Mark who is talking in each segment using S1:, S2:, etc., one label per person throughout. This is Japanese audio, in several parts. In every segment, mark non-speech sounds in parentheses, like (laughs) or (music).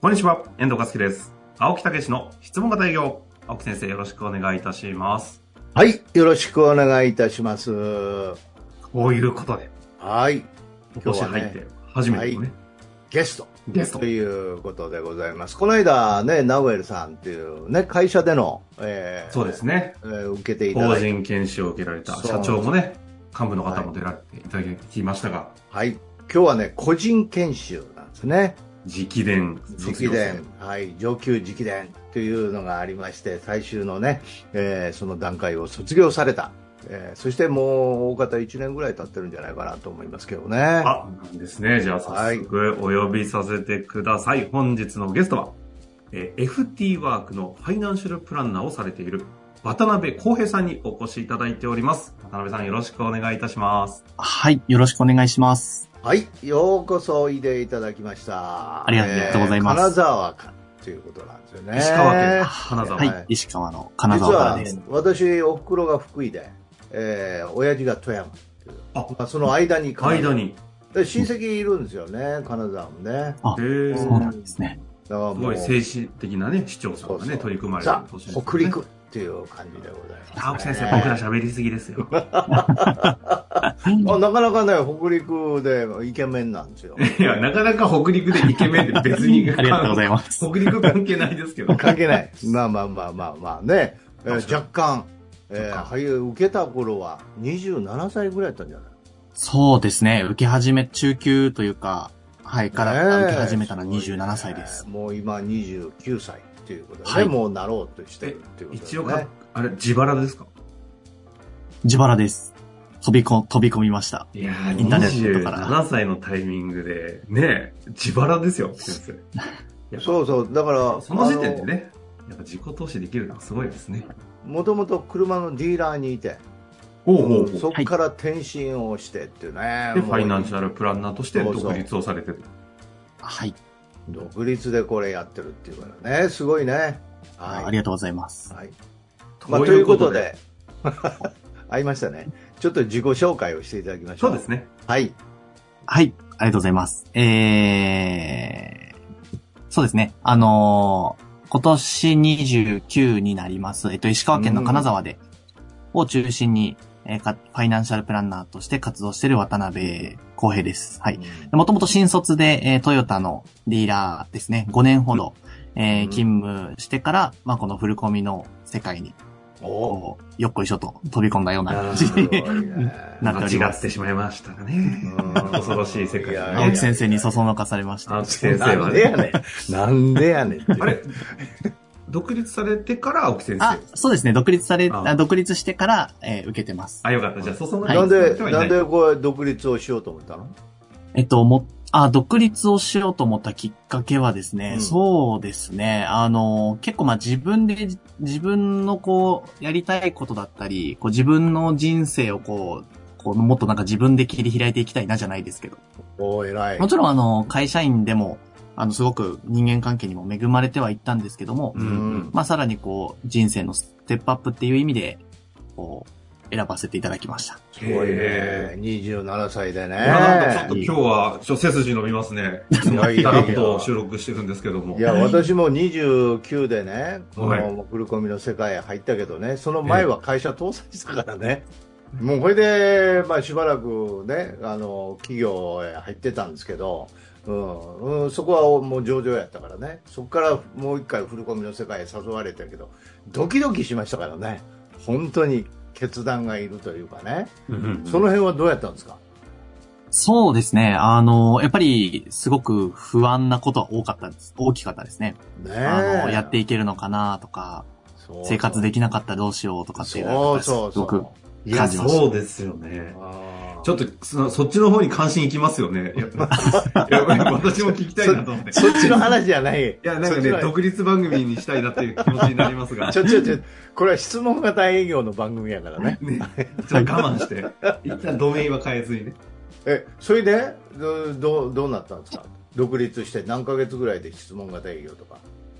S1: こんにちは、遠藤和樹です。青木武の質問型営業。青木先生、よろしくお願いいたします。
S2: はい、よろしくお願いいたします。は
S1: こういうことで、
S2: い、
S1: 今年入って初めてのね、
S2: ゲスト
S1: ゲスト
S2: と。いうことでございます。この間ね、ナウエルさんっていうね、会社での、えー
S1: そうですね。
S2: えー受けていた
S1: 法
S2: だいて、
S1: 人研修を受けられた
S2: そう
S1: 社長もね、幹部の方も出られていただきましたが、
S2: はい、今日はね、個人研修なんですね。
S1: 直伝、卒業
S2: 直
S1: 生
S2: 伝、はい、上級直伝というのがありまして、最終のね、えーその段階を卒業された。えーそしてもう大方1年ぐらい経ってるんじゃないかなと思いますけどね。
S1: あ、なんですね。じゃあ早速お呼びさせてください。本日のゲストは、えー FT ワークのファイナンシャルプランナーをされている渡辺康平さんにお越しいただいております。渡辺さんよろしくお願いいたします。
S3: はい、よろしくお願いします。
S2: はい、ようこそおいでいただきました。
S3: ありがとうございます
S2: 金沢からということなんですよね。
S1: 石川県金沢。
S3: は
S2: はい
S3: い、石川の金沢からです。
S2: 実は私、お袋が福井で、えー、親父が富山っていう。
S1: あ
S2: まあ、その間に金
S1: 間
S2: 沢
S1: に。
S2: で親戚いるんですよね、金沢もね。だか
S1: え
S2: は
S3: そ
S1: ー
S3: うなんですね。
S2: ら
S1: す
S2: も
S1: ご
S2: う、
S1: い精神的なね、市長さんが
S2: そうそ
S1: ね、
S2: う
S1: 取り組まれてる
S2: ザ
S1: 年ですね
S2: 北陸っていう感じでございます、
S1: 青木先生、僕ら喋りすぎですよ。
S2: あなかなかね、北陸でイケメンなん
S1: (laughs)
S2: ですよ。
S1: (laughs) いや、なかなか北陸でイケメンって別に。
S3: ありがとうございます。
S1: 北陸関係ないですけど。
S2: 関係ない。まあまあまあまあまあね。えー
S1: 確かに
S2: 若干、え
S1: 若干
S2: ー、俳優受けた頃は27歳ぐらいだったんじゃない
S3: そうですね、受け始め、中級というか、はい、か
S2: ね
S3: ら
S2: え
S3: 受け始めたのは
S2: ごいね
S3: 27歳です。
S2: もう今29歳っていうことで、ね
S3: はい
S2: もうなろうとしてるっていうことで、ね。
S1: 一応か、あれ、自腹ですか
S3: 自腹です。飛びこ、飛び込みました。
S1: いや
S3: インターネットから
S1: 27歳のタイミングで、ねえ、自腹ですよ、先生。やっぱ
S2: そうそう、だから、
S1: その時点でね、やっぱ自己投資できるのはすごいですね。
S2: もともと車のディーラーにいて、
S1: お
S2: そこから転身をしてっていうね。
S1: で、
S2: も
S1: フ
S2: う
S1: ァイナンシャルプランナーとして
S2: そうそう
S1: 独立をされてる。
S3: はい、
S2: 独立でこれやってるっていうからね、すごいね。はい。
S3: ありがとうございます。
S2: はいまあ、ということ。で、 (laughs) 会いましたね。ちょっと自己紹介をしていただきましょ。
S1: そううですね。
S2: はい。
S3: はい、ありがとうございます。えー、そうですね、あのー今年29になります。えっと、石川県の金沢で、を中心に、えーかファイナンシャルプランナーとして活動している渡辺康平です。はい。もともと新卒で、えートヨタのディーラーですね、5年ほど、えー
S2: うん
S3: 勤務してから、まあ、このフルコミの世界に、
S2: お
S3: こうよっこいしょと飛び込んだような感
S2: (laughs)
S3: じ
S2: すごい
S3: で、
S2: ね。
S3: な
S1: 間違ってしまいましたがね。恐ろしい世界だね
S3: 青木先生にそそのかされました
S1: 青木。先生
S2: な
S1: は
S2: んで
S1: ね。
S2: やねん。なんでやねんっていう。
S1: あれ独立されてから青木先
S3: あ
S1: 生。、
S3: そうですね、独立され、
S1: あ
S3: あ独立してから、えー受けてます。
S1: あ、よかった。じゃあ、そその
S2: なんで、なん
S1: で
S2: でこれ独立をしようと思ったの
S3: えっと、も、あ、独立をしようと思ったきっかけはですね、
S2: うん
S3: そうですね、あの、結構まあ自分で、自分のこう、やりたいことだったり、こう自分の人生をこう、こうもっとなんか自分で切り開いていきたいなじゃないですけど。
S2: おー、偉い。
S3: もちろんあの、会社員でも、あの、すごく人間関係にも恵まれてはいったんですけども、
S1: うん。
S3: まあさらにこう、人生のステップアップっていう意味で、こう、選ばせていただきました。
S2: すごいね
S1: え。
S2: 27歳でね。
S1: いやなんかちょっと今日は、ちょっと背筋伸びますね。
S2: いやいやいや
S1: ダラッと収録してるんですけども。
S2: いや、私も29でね、こ
S1: はい
S2: の振り込みの世界へ入ったけどね、その前は会社倒産したからね、もうこれで、まあ、しばらくね、あの、企業へ入ってたんですけど、うんうん、そこはもう上場やったからね、そこからもう一回振り込みの世界へ誘われたけど、ドキドキしましたからね、本当に決断がいるというかね、
S1: うん
S2: その辺はどうやったんですか、
S3: そうですね。あの、やっぱり、すごく不安なことは多かったです。大きかったですね。
S2: ね
S3: あの、やっていけるのかなとか、生活できなかったらどうしようとかっていうの
S2: そう
S3: が。
S2: そう
S3: すごく
S2: そ。う。
S1: いや、
S3: 感じました
S1: そうですよね。
S2: あー
S1: ちょっとその、そっちの方に関心いきますよ (laughs) ね。やっぱやっぱり私も聞きたいなと思
S2: (laughs)
S1: って。い
S2: そっちの話じゃない。い
S1: や、なんかね、独立番組にしたいなっていう気持ちになりますが、
S2: ち
S1: ちょ
S2: ょちょちょ、これは質問型営業の番組やからね。
S1: ね、ちょっと我慢して、一旦ドメインは変えずにね。
S2: (laughs) え、それで、どどうどうなったんですか独立して何ヶ月ぐらいで質問型営業とか。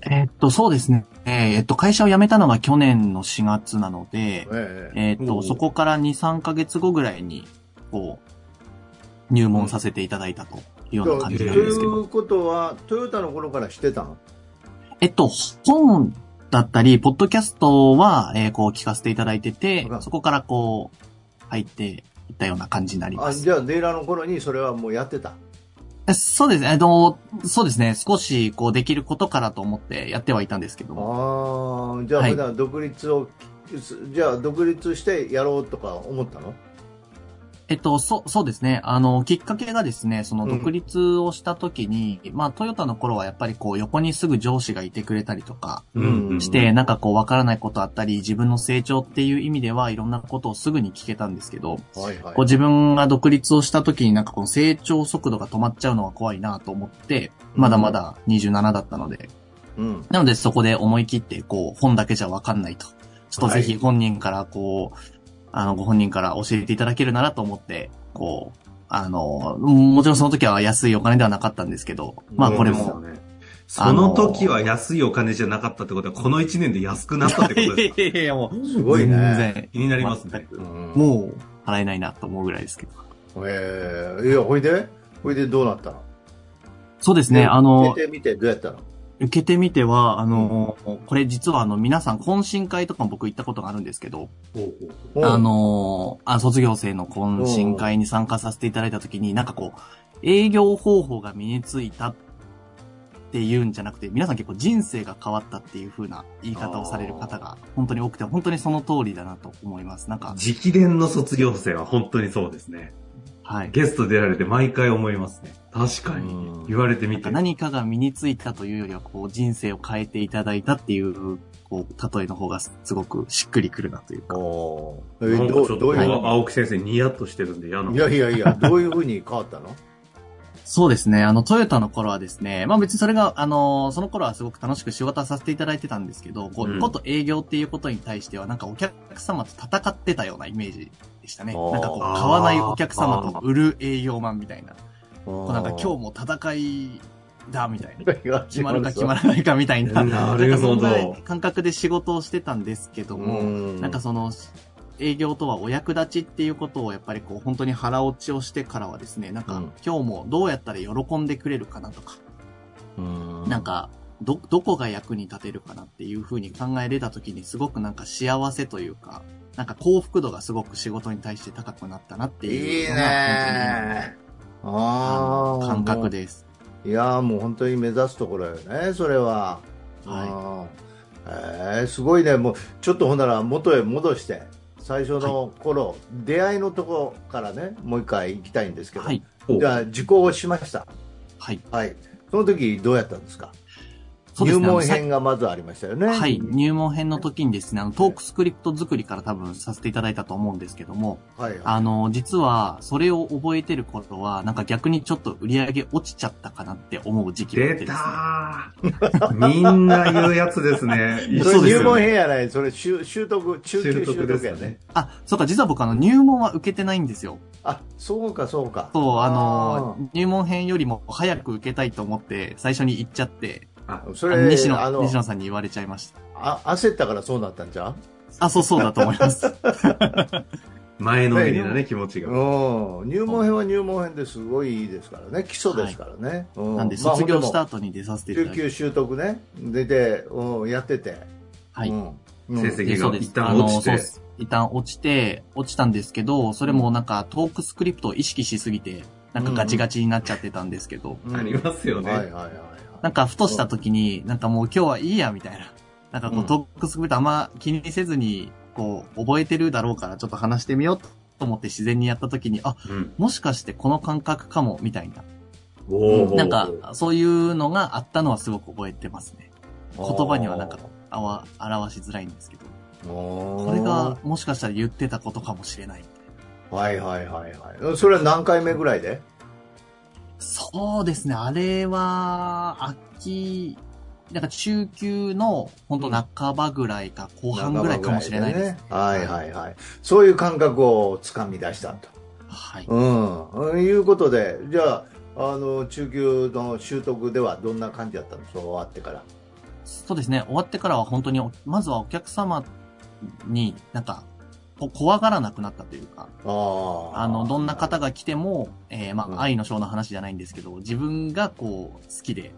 S3: えっと、そうですね。えっと、会社を辞めたのが去年の4月なので、
S2: ええ
S3: えっ
S1: お
S3: と、
S1: う
S3: そこから2、3ヶ月後ぐらいに、こう、入門させていただいたというような
S2: と
S3: 感
S2: い
S3: じなんですけど。
S2: うことは、トヨタの頃からしてたの
S3: えっと、本だったり、ポッドキャストは、えーこう聞かせていただいてて
S2: ほ、ら
S3: そこからこう、入っていったような感じになりま
S2: あ
S3: す。
S2: じゃあ、デイラーの頃にそれはもうやってた。
S3: えそうですね、えっと、そうですね、少しこうできることからと思ってやってはいたんですけども。
S2: ああ、じゃあ、
S3: はい
S2: 普段独立を、じゃあ、独立してやろうとか思ったの
S3: えっと、そう、そうですね。あの、きっかけがですね、その
S2: うん
S3: 独立をした時に、まあ、トヨタの頃はやっぱりこう、横にすぐ上司がいてくれたりとか
S1: うんうん
S3: して、なんかこう、わからないことあったり、自分の成長っていう意味ではいろんなことをすぐに聞けたんですけど、
S2: はいはい
S3: こう自分が独立をした時になんかこの成長速度が止まっちゃうのは怖いなと思って、まだまだ27だったので、
S2: うん。
S3: なのでそこで思い切ってこう本だけじゃわかんないと。ちょっとぜひ
S2: は
S3: 本人からこう、あのご本人から教えていただけるならと思って、こう、あの、もちろんその時は安いお金ではなかったんですけど、まあこれ
S1: そう
S3: も。
S1: ですよねその時は安いお金じゃなかったってことは、この1年で安くなったってことです (laughs) か
S3: (laughs) いやいやもう、
S2: すごい
S3: 全
S2: ね。
S3: 然、
S1: 気になりますね。
S2: うん
S3: もう払えないなと思うぐらいですけど。
S2: ええいや、ほいでほいでどうなったの
S3: そうですね、あの、
S2: 出てみてどうやったの
S3: 受けてみては、あの、これ実はあの皆さん懇親会とかも僕行ったことがあるんですけど、
S2: うん
S3: あのあ、卒業生の懇親会に参加させていただいたときに、なんかこう、営業方法が身についたっていうんじゃなくて、皆さん結構人生が変わったっていう風な言い方をされる方が本当に多くて、本当にその通りだなと思います。なんか、
S1: 直伝の卒業生は本当にそうですね。
S3: はい。
S1: ゲスト出られて毎回思いますね。確か
S2: う
S1: に
S2: ん。
S1: 言われてみて。
S3: 何かが身についたというよりは、こう、人生を変えていただいたっていう、こう、例えの方がすごくしっくりくるなというか。
S2: おー
S1: な
S2: え
S1: んか
S2: ど
S1: ちょ
S2: う
S1: っ
S2: ど
S1: と
S2: ういう、
S1: 青木先生ニヤッとしてるんで嫌な。
S2: いやいやいや、どういうふうに変わったの
S3: そうですね。あの、トヨタの頃はですね、まあ別にそれが、あの、その頃はすごく楽しく仕事はさせていただいてたんですけど、こ
S1: う
S3: う、
S1: ん
S3: こと営業っていうことに対しては、なんかお客様と戦ってたようなイメージでしたね。
S2: あー
S3: なんかこう、買わないお客様と売る営業マンみたいな。 (laughs) こうなんか今日
S2: 日
S3: も戦いだ、みたいな。
S2: も
S3: 決まるか決まらないかみたいな。
S1: (laughs) な
S3: なん
S1: る
S3: かそ
S1: ほ
S3: んな
S1: ど。
S3: 感覚で仕事をしてたんですけども、なんかその、営業とはお役立ちっていうことをやっぱりこう本当に腹落ちをしてからはですね、なんか
S2: うん
S3: 今日もどうやったら喜んでくれるかなとか、
S2: うん
S3: なん、かど、どこが役に立てるかなっていうふうに考えれた時にすごくなんか幸せというか、なんか幸福度がすごく仕事に対して高くなったなって
S2: い
S3: い
S2: いう
S3: のが本当に
S2: ね
S3: あ
S2: あ
S3: の
S2: あ。
S3: 感覚です。
S2: いやーもう本当に目指すところよね、それは。
S3: は
S2: はい。えー、すごいね、もうちょっとほんなら元へ戻して、最初の頃、出会いのとこからね、もう一回行きたいんですけど、
S3: はい。
S2: じゃあ受講をしました。
S3: はい。
S2: はい。その時どうやったんですか
S3: そうです
S2: 入
S3: ね。あの
S2: 門
S3: さ
S2: 編がまずありましたよね。
S3: はい。入門編の時にですね、あの、トークスクリプト作りから多分させていただいたと思うんですけども、
S2: はいはい。
S3: あの、実は、それを覚えてる頃は、なんか逆にちょっと売り上げ落ちちゃったかなって思う時期があって
S1: 出
S3: です
S1: た
S3: ね。
S1: ーみんな言うやつですね。
S2: それ
S3: そうですよ
S2: 入門編やない、それ習習得、中級
S1: 習
S2: 習得
S1: 得です
S2: や
S1: よ
S2: ね
S1: ね。。
S3: あ、そうか、実は僕あの、入門は受けてないんですよ。
S2: あ、そうかそうか。
S3: そう、あの、入門編よりも早く受けたいと思って、最初に行っちゃって、
S1: あ
S2: あ、ーそ
S3: あの
S2: れ、
S3: 西
S2: あ
S3: 野、
S2: の
S3: 西野さんに言われちゃいました。
S2: あ、焦ったからそうなったんじゃん
S3: あ、そうそうだと思います。
S1: 前のめりなね、気持ちが。
S2: うん、入門編は入門編ですごいいいですからね、基礎ですからね。う
S3: なんで、
S2: まあ
S3: 卒業した
S2: ほん
S3: 後に出させて
S2: で
S3: いた
S2: も
S3: だ
S2: 中
S3: いて。
S2: 級習得ね、でで、うん、やってて、
S3: はい。
S2: うんうん
S1: 成績
S3: でそう
S1: が
S3: です
S1: 一旦落ち
S3: あのそう
S1: て
S3: っ。す一旦落ちて、落ちたんですけど、それもなんかトークスクリプトを意識しすぎて、なんかガチガチになっちゃってたんですけど、
S2: うん
S1: ありますよね。
S2: はいはいはいはい。
S3: なんか、ふとした時に、なんかもう今日はいいや、みたいな。なんかこ
S2: う
S3: う、
S2: ん
S3: トークスクリプトあんま気にせずに、こう、覚えてるだろうから、ちょっと話してみようと思って自然にやった時に、あ、
S1: うん
S3: もしかしてこの感覚かも、みたいな。
S1: おー
S3: なんか、そういうのがあったのはすごく覚えてますね。言葉にはなんか、あわ、表しづらいんですけど。
S2: こ
S3: これが、、もしかしたら言ってたことかもしれない。
S2: はいはいはいはい。それは何回目ぐらいで
S3: そうですね、あれは、秋、なんか中級の、ほんと半ばぐらいか、後半ぐらいかもしれないです。
S2: ね。はいはいはい。そういう感覚をつかみ出したと。
S3: はい。
S2: うん。うんいうことで、じゃあ、あの、中級の習得ではどんな感じだったのそう終わってから。
S3: そうですね。終わってからは本当にお、まずはお客様に、なんか、こ怖がらなくなったというか、
S2: ああ
S3: あの、どんな方が来ても、えーま
S2: うん
S3: あ、愛の章の話じゃないんですけど、自分がこう、好きで、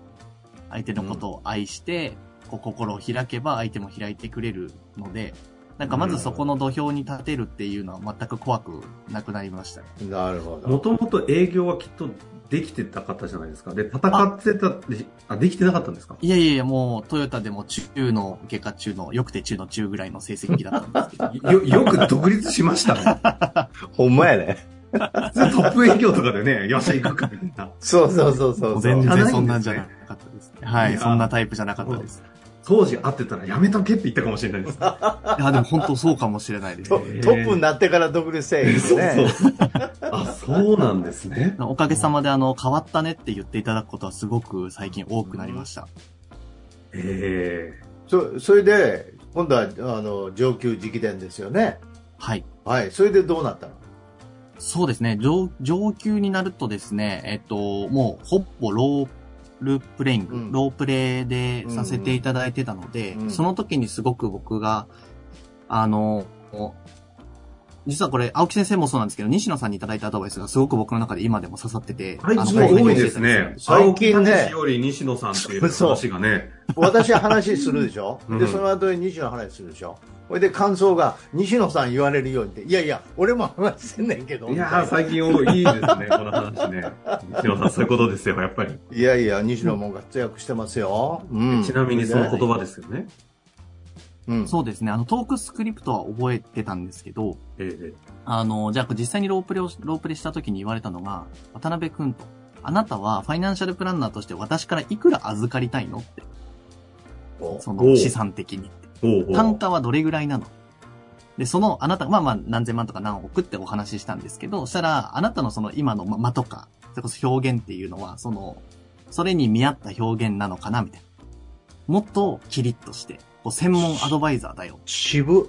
S3: 相手のことを愛して、こう、心を開けば相手も開いてくれるので、なんかまずそこの土俵に立てるっていうのは全く怖くなくなりましたね。
S2: なるほど。
S1: もともと営業はきっとできてた方じゃないですか。で、戦ってたって、あ、できてなかったんですか
S3: いやいやいや、もう、トヨタでも中の、外科中の、よくて中の中ぐらいの成績だったんですけど。
S1: よ、よく独立しましたね。 (laughs)
S2: ほんまやね。
S1: 普通トップ営業とかでね、よっしゃ行くかみたいな。
S2: そうそうそうそうそう。
S3: 全然そんなんじ
S1: じゃ
S3: ゃ
S1: な
S3: ない
S1: ん
S3: かったですね。はいい、
S1: や
S3: そんなタイプじゃなかったです。
S1: 当時会ってたらやめとけって言ったかもしれないです。
S3: いや、でも本当そうかもしれないです
S2: ト。トップになってから独立せえへんね。
S1: (laughs) そう。あ、そうなんですね。
S3: おかげさまで、あの、変わったねって言っていただくことはすごく最近多くなりました。
S1: ええ
S2: そそれで、今度は、あの、上級直伝ですよね。
S3: はい。
S2: はい。それでどうなったの
S3: そうですね、上、上級になるとですね、えっと、もう、ほぼロールプレイング、
S2: うん
S3: ロープレイでさせていただいてたので、
S2: うんうん
S3: その時にすごく僕が、あの、実はこれ、青木先生もそうなんですけど、西野さんにいただいたアドバイスがすごく僕の中で今でも刺さってて、
S1: はい、
S3: あの
S1: すごい多いです。
S3: 本当に教えてたん
S1: ね。
S2: 最近ね
S1: 青木武より西野さんという話がね。
S2: 私は話するでしょ、
S1: うん
S2: で、その後に西野の話するでしょほいで感想が、西野さん言われるようにって、いやいや、俺も話してんねんけど。
S1: いやー、最近多い、いいですね、こ (laughs) の話ね。西野さん、そういうことですよ、やっぱり。
S2: いやいや、西野も活躍してますよ。うん。
S1: ちなみにその言葉ですよね。
S2: うん。
S3: そうですね、あの、トークスクリプトは覚えてたんですけど、
S1: ええ
S3: あの、じゃあ実際にロープレを、ロープレした時に言われたのが、渡辺くんと、あなたはファイナンシャルプランナーとして私からいくら預かりたいのって、
S2: お
S3: そ
S1: おう
S3: の資産的に。
S1: おうおう
S3: 単価はどれぐらいなので、その、あなた、まあまあ何千万とか何億ってお話ししたんですけど、そしたら、あなたのその今のま間とか、それこそ表現っていうのは、その、それに見合った表現なのかな、みたいな。もっとキリッとして、こう専門アドバイザーだよ。
S2: 渋。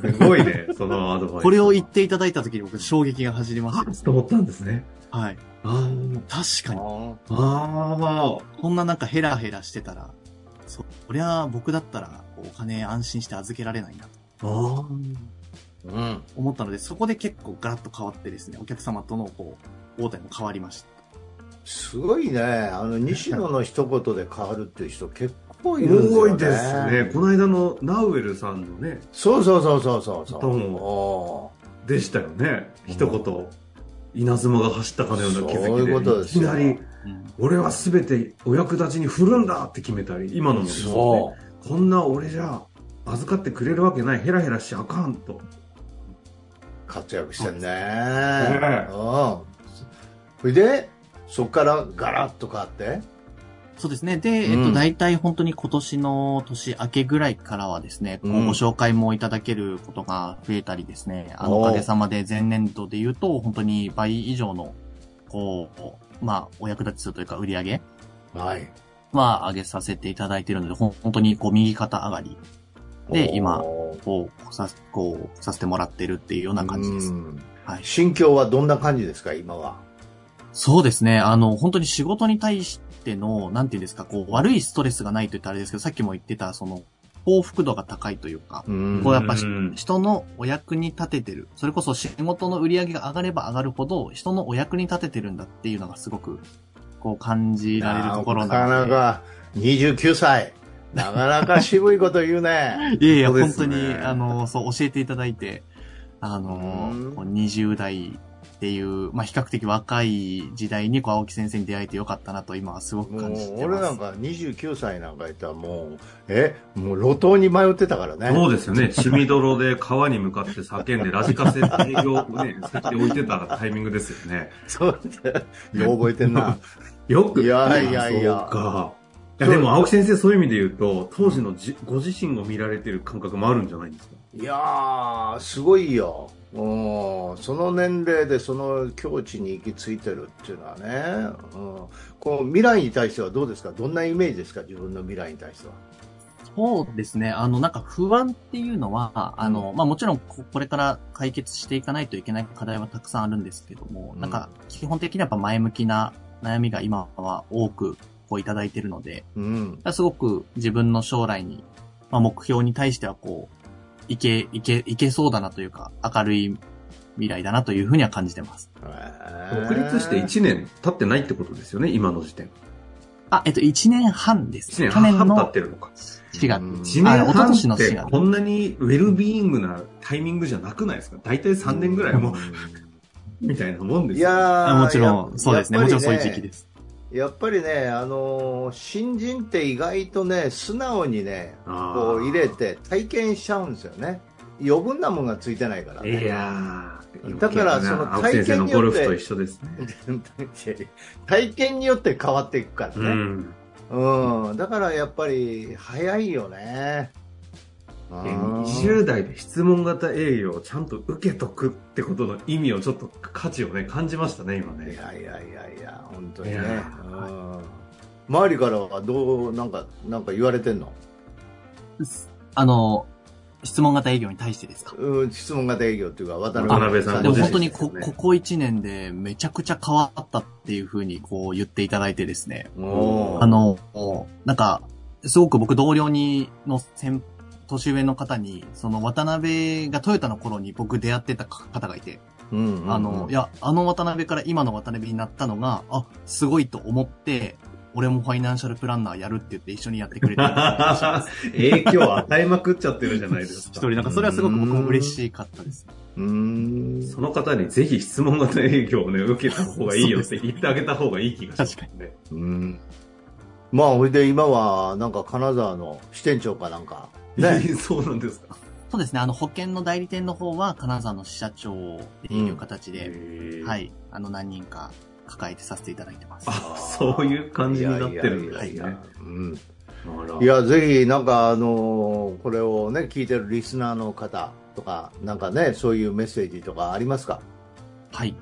S1: すごいね、 (laughs) そのアドバイス。
S3: これを言っていただいた時に僕衝撃が走りまし
S1: あ
S3: た
S1: と思ったんですね。
S3: はい。
S1: あ
S3: 確かに。
S1: あ、あ
S3: こんななんかヘラヘラしてたら、そ、こりゃ僕だったらお金安心して預けられないな
S1: あ、
S3: と
S1: あ
S2: うん。
S3: 思ったので、そこで結構ガラッと変わってですね、お客様とのこう、応対も変わりました。
S2: すごいね。あの、西野の一言で変わるっていう人結構いるんですよ、
S1: 多
S2: ね。
S1: いですね。。この間のナウエルさんのね、
S2: そうそうそうそうそうそう。
S1: どうも
S2: お
S1: でしたよね。
S2: うん
S1: 一言、稲妻が走ったかのような気づきで。
S2: そういうことですよ
S1: きなり、
S3: うん。
S1: 俺は全てお役立ちに振るんだって決めたり、今のも
S2: ー
S1: です
S2: そ
S1: よ
S2: う。
S1: ね。こんな俺じゃ、預かってくれるわけない、ヘラヘラしちゃあかんと。
S2: 活躍してんね。
S1: ね
S2: うん。それで、そこからガラッと変わって。
S3: そうですね。で、え
S2: うん
S3: っと、大体本当に今年の年明けぐらいからはですね、こう
S2: うん
S3: ご紹介もいただけることが増えたりですね、あの、
S2: お
S3: お
S2: ー
S3: かげさまで前年度で言うと、本当に倍以上の、こう、まあ、お役立ち数というか売り上げ
S2: はい。
S3: は上げさせていただいているので、ほん本当にこう右肩上がりで今
S2: おー
S3: をこうさこうさせてもらってるっていうような感じです。
S2: うん
S3: はい。
S2: 心境はどんな感じですか、今は。
S3: そうですね。あの、本当に仕事に対しての、なんていうんですか、こう、悪いストレスがないと言ったらあれですけど、さっきも言ってた、その、幸福度が高いというか、
S2: うん
S3: こうやっぱし
S1: うん
S3: 人のお役に立ててる。それこそ仕事の売り上げが上がれば上がるほど、人のお役に立ててるんだっていうのがすごく、こう感じられるところ
S2: なか
S3: な
S2: な
S3: ので。
S2: か29歳。なかなか渋いこと言うね。
S3: いやいや、
S1: そうで
S3: 本
S1: す
S3: 当
S1: ね
S3: に、あの、そう、教えていただいて、あの
S2: うん、
S3: こう20代っていう、まあ、比較的若い時代に、こう、青木先生に出会えてよかったなと、今はすごく
S2: も
S3: 感じてます。
S2: う俺なんか29歳なんか言ったらもう、え、もう路頭に迷ってたからね。
S1: そうですよね。血みどろで川に向かって叫んで、ラジカセ営業をね、先に置いてたタイミングですよね。
S2: (laughs) そうよう覚えてんな。
S1: よく。
S2: いやいやいや
S1: そうか。いやでも青木先生そういう意味で言うと、当時のじご自身を見られてる感覚もあるんじゃないですか。
S2: (laughs) いやー、すごいよ。うん、その年齢でその境地に行き着いてるっていうのはね、うん、こう未来に対してはどうですかどんなイメージですか自分の未来に対しては。
S3: そうですね。あの、なんか不安っていうのは、あの、まあ、もちろんこ、これから解決していかないといけない課題はたくさんあるんですけども、
S2: うん
S3: なんか、基本的にはやっぱ前向きな悩みが今は多く、こういただいてるので、
S2: うん。
S3: すごく自分の将来に、まあ、目標に対してはこう、いけ、いけ、いけそうだなというか、明るい未来だなというふうには感じてます。
S1: 独立して1年経ってないってことですよね、今の時点。
S3: あ、えっと、1年半です。
S1: 1年
S3: 去年
S1: 半経っ
S3: の
S1: てるのか。
S3: 4月。
S2: うん
S1: 1年
S3: あ一昨
S1: 半
S3: 年
S1: っ
S3: の
S1: て
S3: 4月
S1: こんなにウェルビーイングなタイミングじゃなくないですか大体3年ぐらいも、みたいなもんで
S2: い
S1: すよ。
S2: やー
S3: もちろん、そうですね。
S2: や
S3: も
S2: っ
S3: ち
S2: ぱり
S3: ろんそういう時期です。
S2: やっぱりね、あのー新人って意外とね、素直にね、
S1: あー
S2: こう入れて体験しちゃうんですよね。余分なもんがついてないからね。
S1: いやー
S2: だから
S1: 余計な
S2: その
S1: 青木先生の
S2: 体験によって
S1: ゴルフと一緒ですね。
S2: (laughs) 体験によって変わっていくから
S1: う
S2: ね。
S1: ん。
S2: うん。だからやっぱり早いよね。うん
S1: え20代で質問型営業をちゃんと受けとくってことの意味をちょっと価値をね、感じましたね、今 (laughs)
S2: い
S1: ね。
S2: やいやいやいや、本当にね。
S1: いや
S2: うん周りからはどう、なんか、なんか言われてんの
S3: あの、質問型営業に対してですか
S2: うん、質問型営業っていうか、渡
S1: 渡辺さん
S3: で
S1: ご自
S3: も
S1: 身
S3: 本当
S1: で
S3: に
S1: すよ
S3: こ、
S1: ね
S3: ここ1年でめちゃくちゃ変わったっていうふうにこう言っていただいてですね。
S2: おー
S3: あの、なんか、すごく僕同僚に、の先、年上の方に、その渡辺がトヨタの頃に僕出会ってた方がいて、
S2: うんうん
S3: あの、いや、あの渡辺から今の渡辺になったのが、あ、すごいと思って、俺もファイナンシャルプランナーやるって言って (laughs) 一緒にやってくれてるっていう話なんです
S1: 影響与えまくっちゃってるじゃないですか
S3: 一人、。なんかそれはすごく僕も嬉しかったです。
S2: うーん。
S1: その方にぜひ質問型営業をね、受けた方がいいよって言ってあげた方がいい気がしますね。
S2: うん。まあ、ほいで今は、なんか金沢の支店長かなんか。
S1: ね
S2: ね。
S1: (laughs) そうなんですか。。
S3: そうですね、あの保険の代理店の方は金沢の支社長っていう形で、はいい。あの、何人か抱えてさせていただいてます。
S1: あ、そういう感じになってるんですね
S2: いやいやい。やうん
S1: あら
S2: いや、ぜひ、なんか、あのーこれをね、聞いてるリスナーの方とか、なんかね、そういうメッセージとかありますか
S3: はい。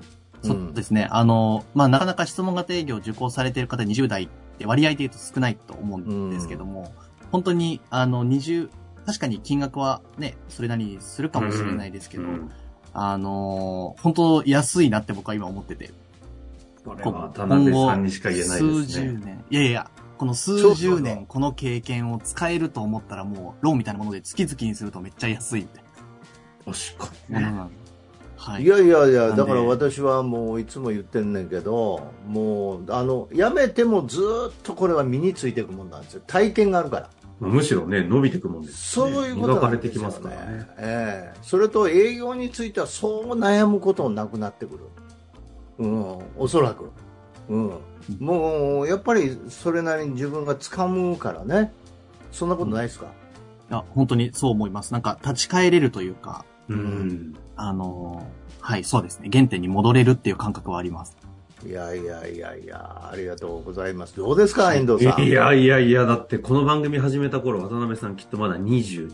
S2: うん
S3: そうですね。あの、まあ、なかなか質問型営業を受講されている方20代って割合で言うと少ないと思うんですけども、本当に、あの、20、確かに金額はね、それなりにするかもしれないですけど、
S1: うん
S3: あの、本当安いなって僕は今思ってて。
S1: これ
S3: こ
S1: は田辺さんにしか言えない
S3: 数
S1: です
S3: 十
S1: ね。
S3: 年。いやいや、この
S2: そう
S3: 数
S2: そうそう
S3: 十年この経験を使えると思ったらもう、ローンみたいなもので月々にするとめっちゃ安いみたい
S1: 確かに
S3: なも
S1: ね。
S3: のなんで。はい
S2: いやいやいや、
S3: なんで
S2: だから私はもういつも言ってんねんけど、もう、あの、やめてもずーっとこれは身についていくもんなんですよ。体験があるから。
S1: まあむしろね、伸びてくもんです
S2: そ
S1: ね。
S2: ういうこと
S1: 磨か
S2: な
S1: れ
S2: ん
S1: て
S2: です
S1: き
S2: よ、
S1: ま
S2: ね。
S1: すからね。
S2: ええそれと営業についてはそう悩むこともなくなってくる。うん、おそらく。うん。もう、やっぱりそれなりに自分が掴むからね。そんなことないですか、
S3: いや、本当にそう思います。なんか、立ち返れるというか、
S1: うん。
S3: あのーはい、そうですね。原点に戻れるっていう感覚はあります。
S2: いやいやいやいや、ありがとうございます。どうですか、遠藤さん。
S1: いやいやいや、だってこの番組始めた頃、渡辺さんきっとまだ20、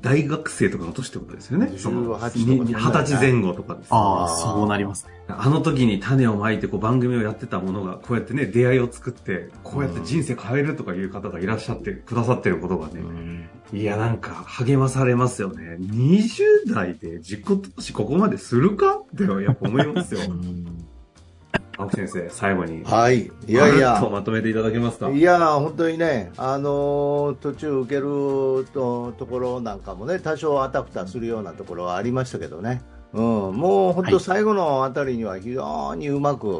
S1: 大学生とかの年ってことですよね。
S2: 18
S1: その
S2: とか
S1: に20歳前後とかですね。
S3: あ
S2: あ
S3: あ、
S2: ー
S3: そうなりますね。
S1: あの時に種をまいてこう番組をやってたものが、こうやってね、出会いを作って、こうやって人生変えるとかいう方がいらっしゃってくださってることがね、
S2: うん
S1: いや、なんか励まされますよね。20代で自己投資ここまでするかってやっぱ思います
S2: (laughs)
S1: よ。青木先生、最後に。
S2: はい。いやい
S1: まる
S2: や
S1: っと。まとめていただけますか。
S2: いやー本当にね、あのー途中受けるとところなんかもね、多少あたふたするようなところはありましたけどね、うん、もう本
S3: は
S2: 当、
S3: い
S2: 最後のあたりには非常にうまく、う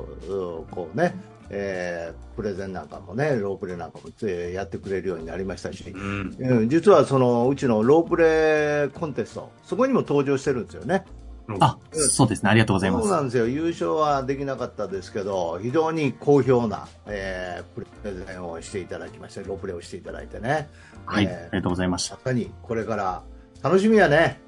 S2: んこうね、えープレゼンなんかもね、ロープレなんかもえーやってくれるようになりましたし、
S1: うん。
S2: うん、実はそのうちのロープレコンテスト、そこにも登場してるんですよね。
S3: あ、そうですね。ありがとうございま
S2: そう
S3: す。
S2: なんですよ、優勝はできなかったですけど、非常に好評な、えープレゼンをしていただきまして、ロープレーをしていただいてね、
S3: はい、
S2: えー
S3: ありがとうございまし
S2: ま
S3: た。
S2: さにこれから楽しみやね、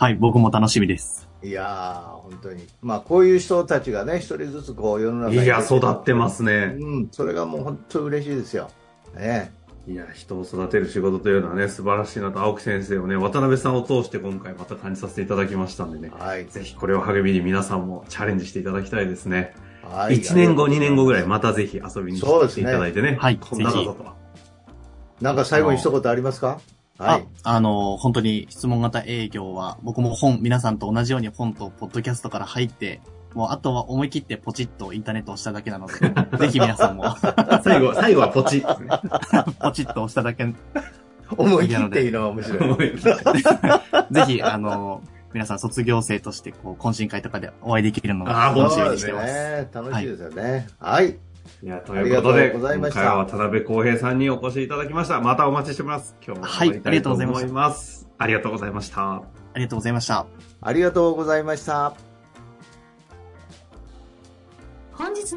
S3: はい、僕も楽しみです。
S2: いやー、本当に、まあ、こういう人たちがね、一人ずつこう世の中
S1: い
S2: に
S1: や、育ってますね。
S2: うん、それがもう本当嬉しいですよ。ね
S1: いや、人を育てる仕事というのはね、素晴らしいなと、青木先生をね、渡辺さんを通して今回また感じさせていただきましたんでね。
S2: はい、
S1: ぜひこれを励みに皆さんもチャレンジしていただきたいですね。
S2: はい
S1: 1年後、2年後ぐらい、
S2: ま
S1: またぜひ遊びに
S2: そうで
S1: 来
S2: す
S1: てい
S2: ね
S1: ただいてね。
S3: はい
S1: こんな
S3: ぜ
S1: こ
S3: ひ
S1: とと。
S2: なんか最後に一言ありますかはい。
S3: あ、あのー本当に質問型営業は、僕も本、皆さんと同じように本とポッドキャストから入って、もうあとは思い切ってポチッとインターネットを押しただけなので、
S2: (laughs)
S3: ぜひ皆さんも
S1: 最後、最後はポチッですね。
S3: ポチッと押しただけ
S2: 思い切っていいのは面白い。
S3: ぜひ、あの、皆さん卒業生として、こう、懇親会とかでお会いできるの
S1: (laughs) あ
S3: が
S1: ー
S3: 楽し
S2: そ
S3: み
S2: う
S3: に
S2: で
S3: し
S2: す
S3: てます。
S2: ね。楽しいですよね。はい。
S1: いや、ということで、
S2: ありがとうございま
S1: 今
S2: した
S1: 回は渡辺康平さんにお越しいただきました。またお待ちしております。今日も
S3: はい
S1: 頑張りた思います。ありがとうございました。
S3: ありがとうございました。
S2: ありがとうございました。
S4: 本日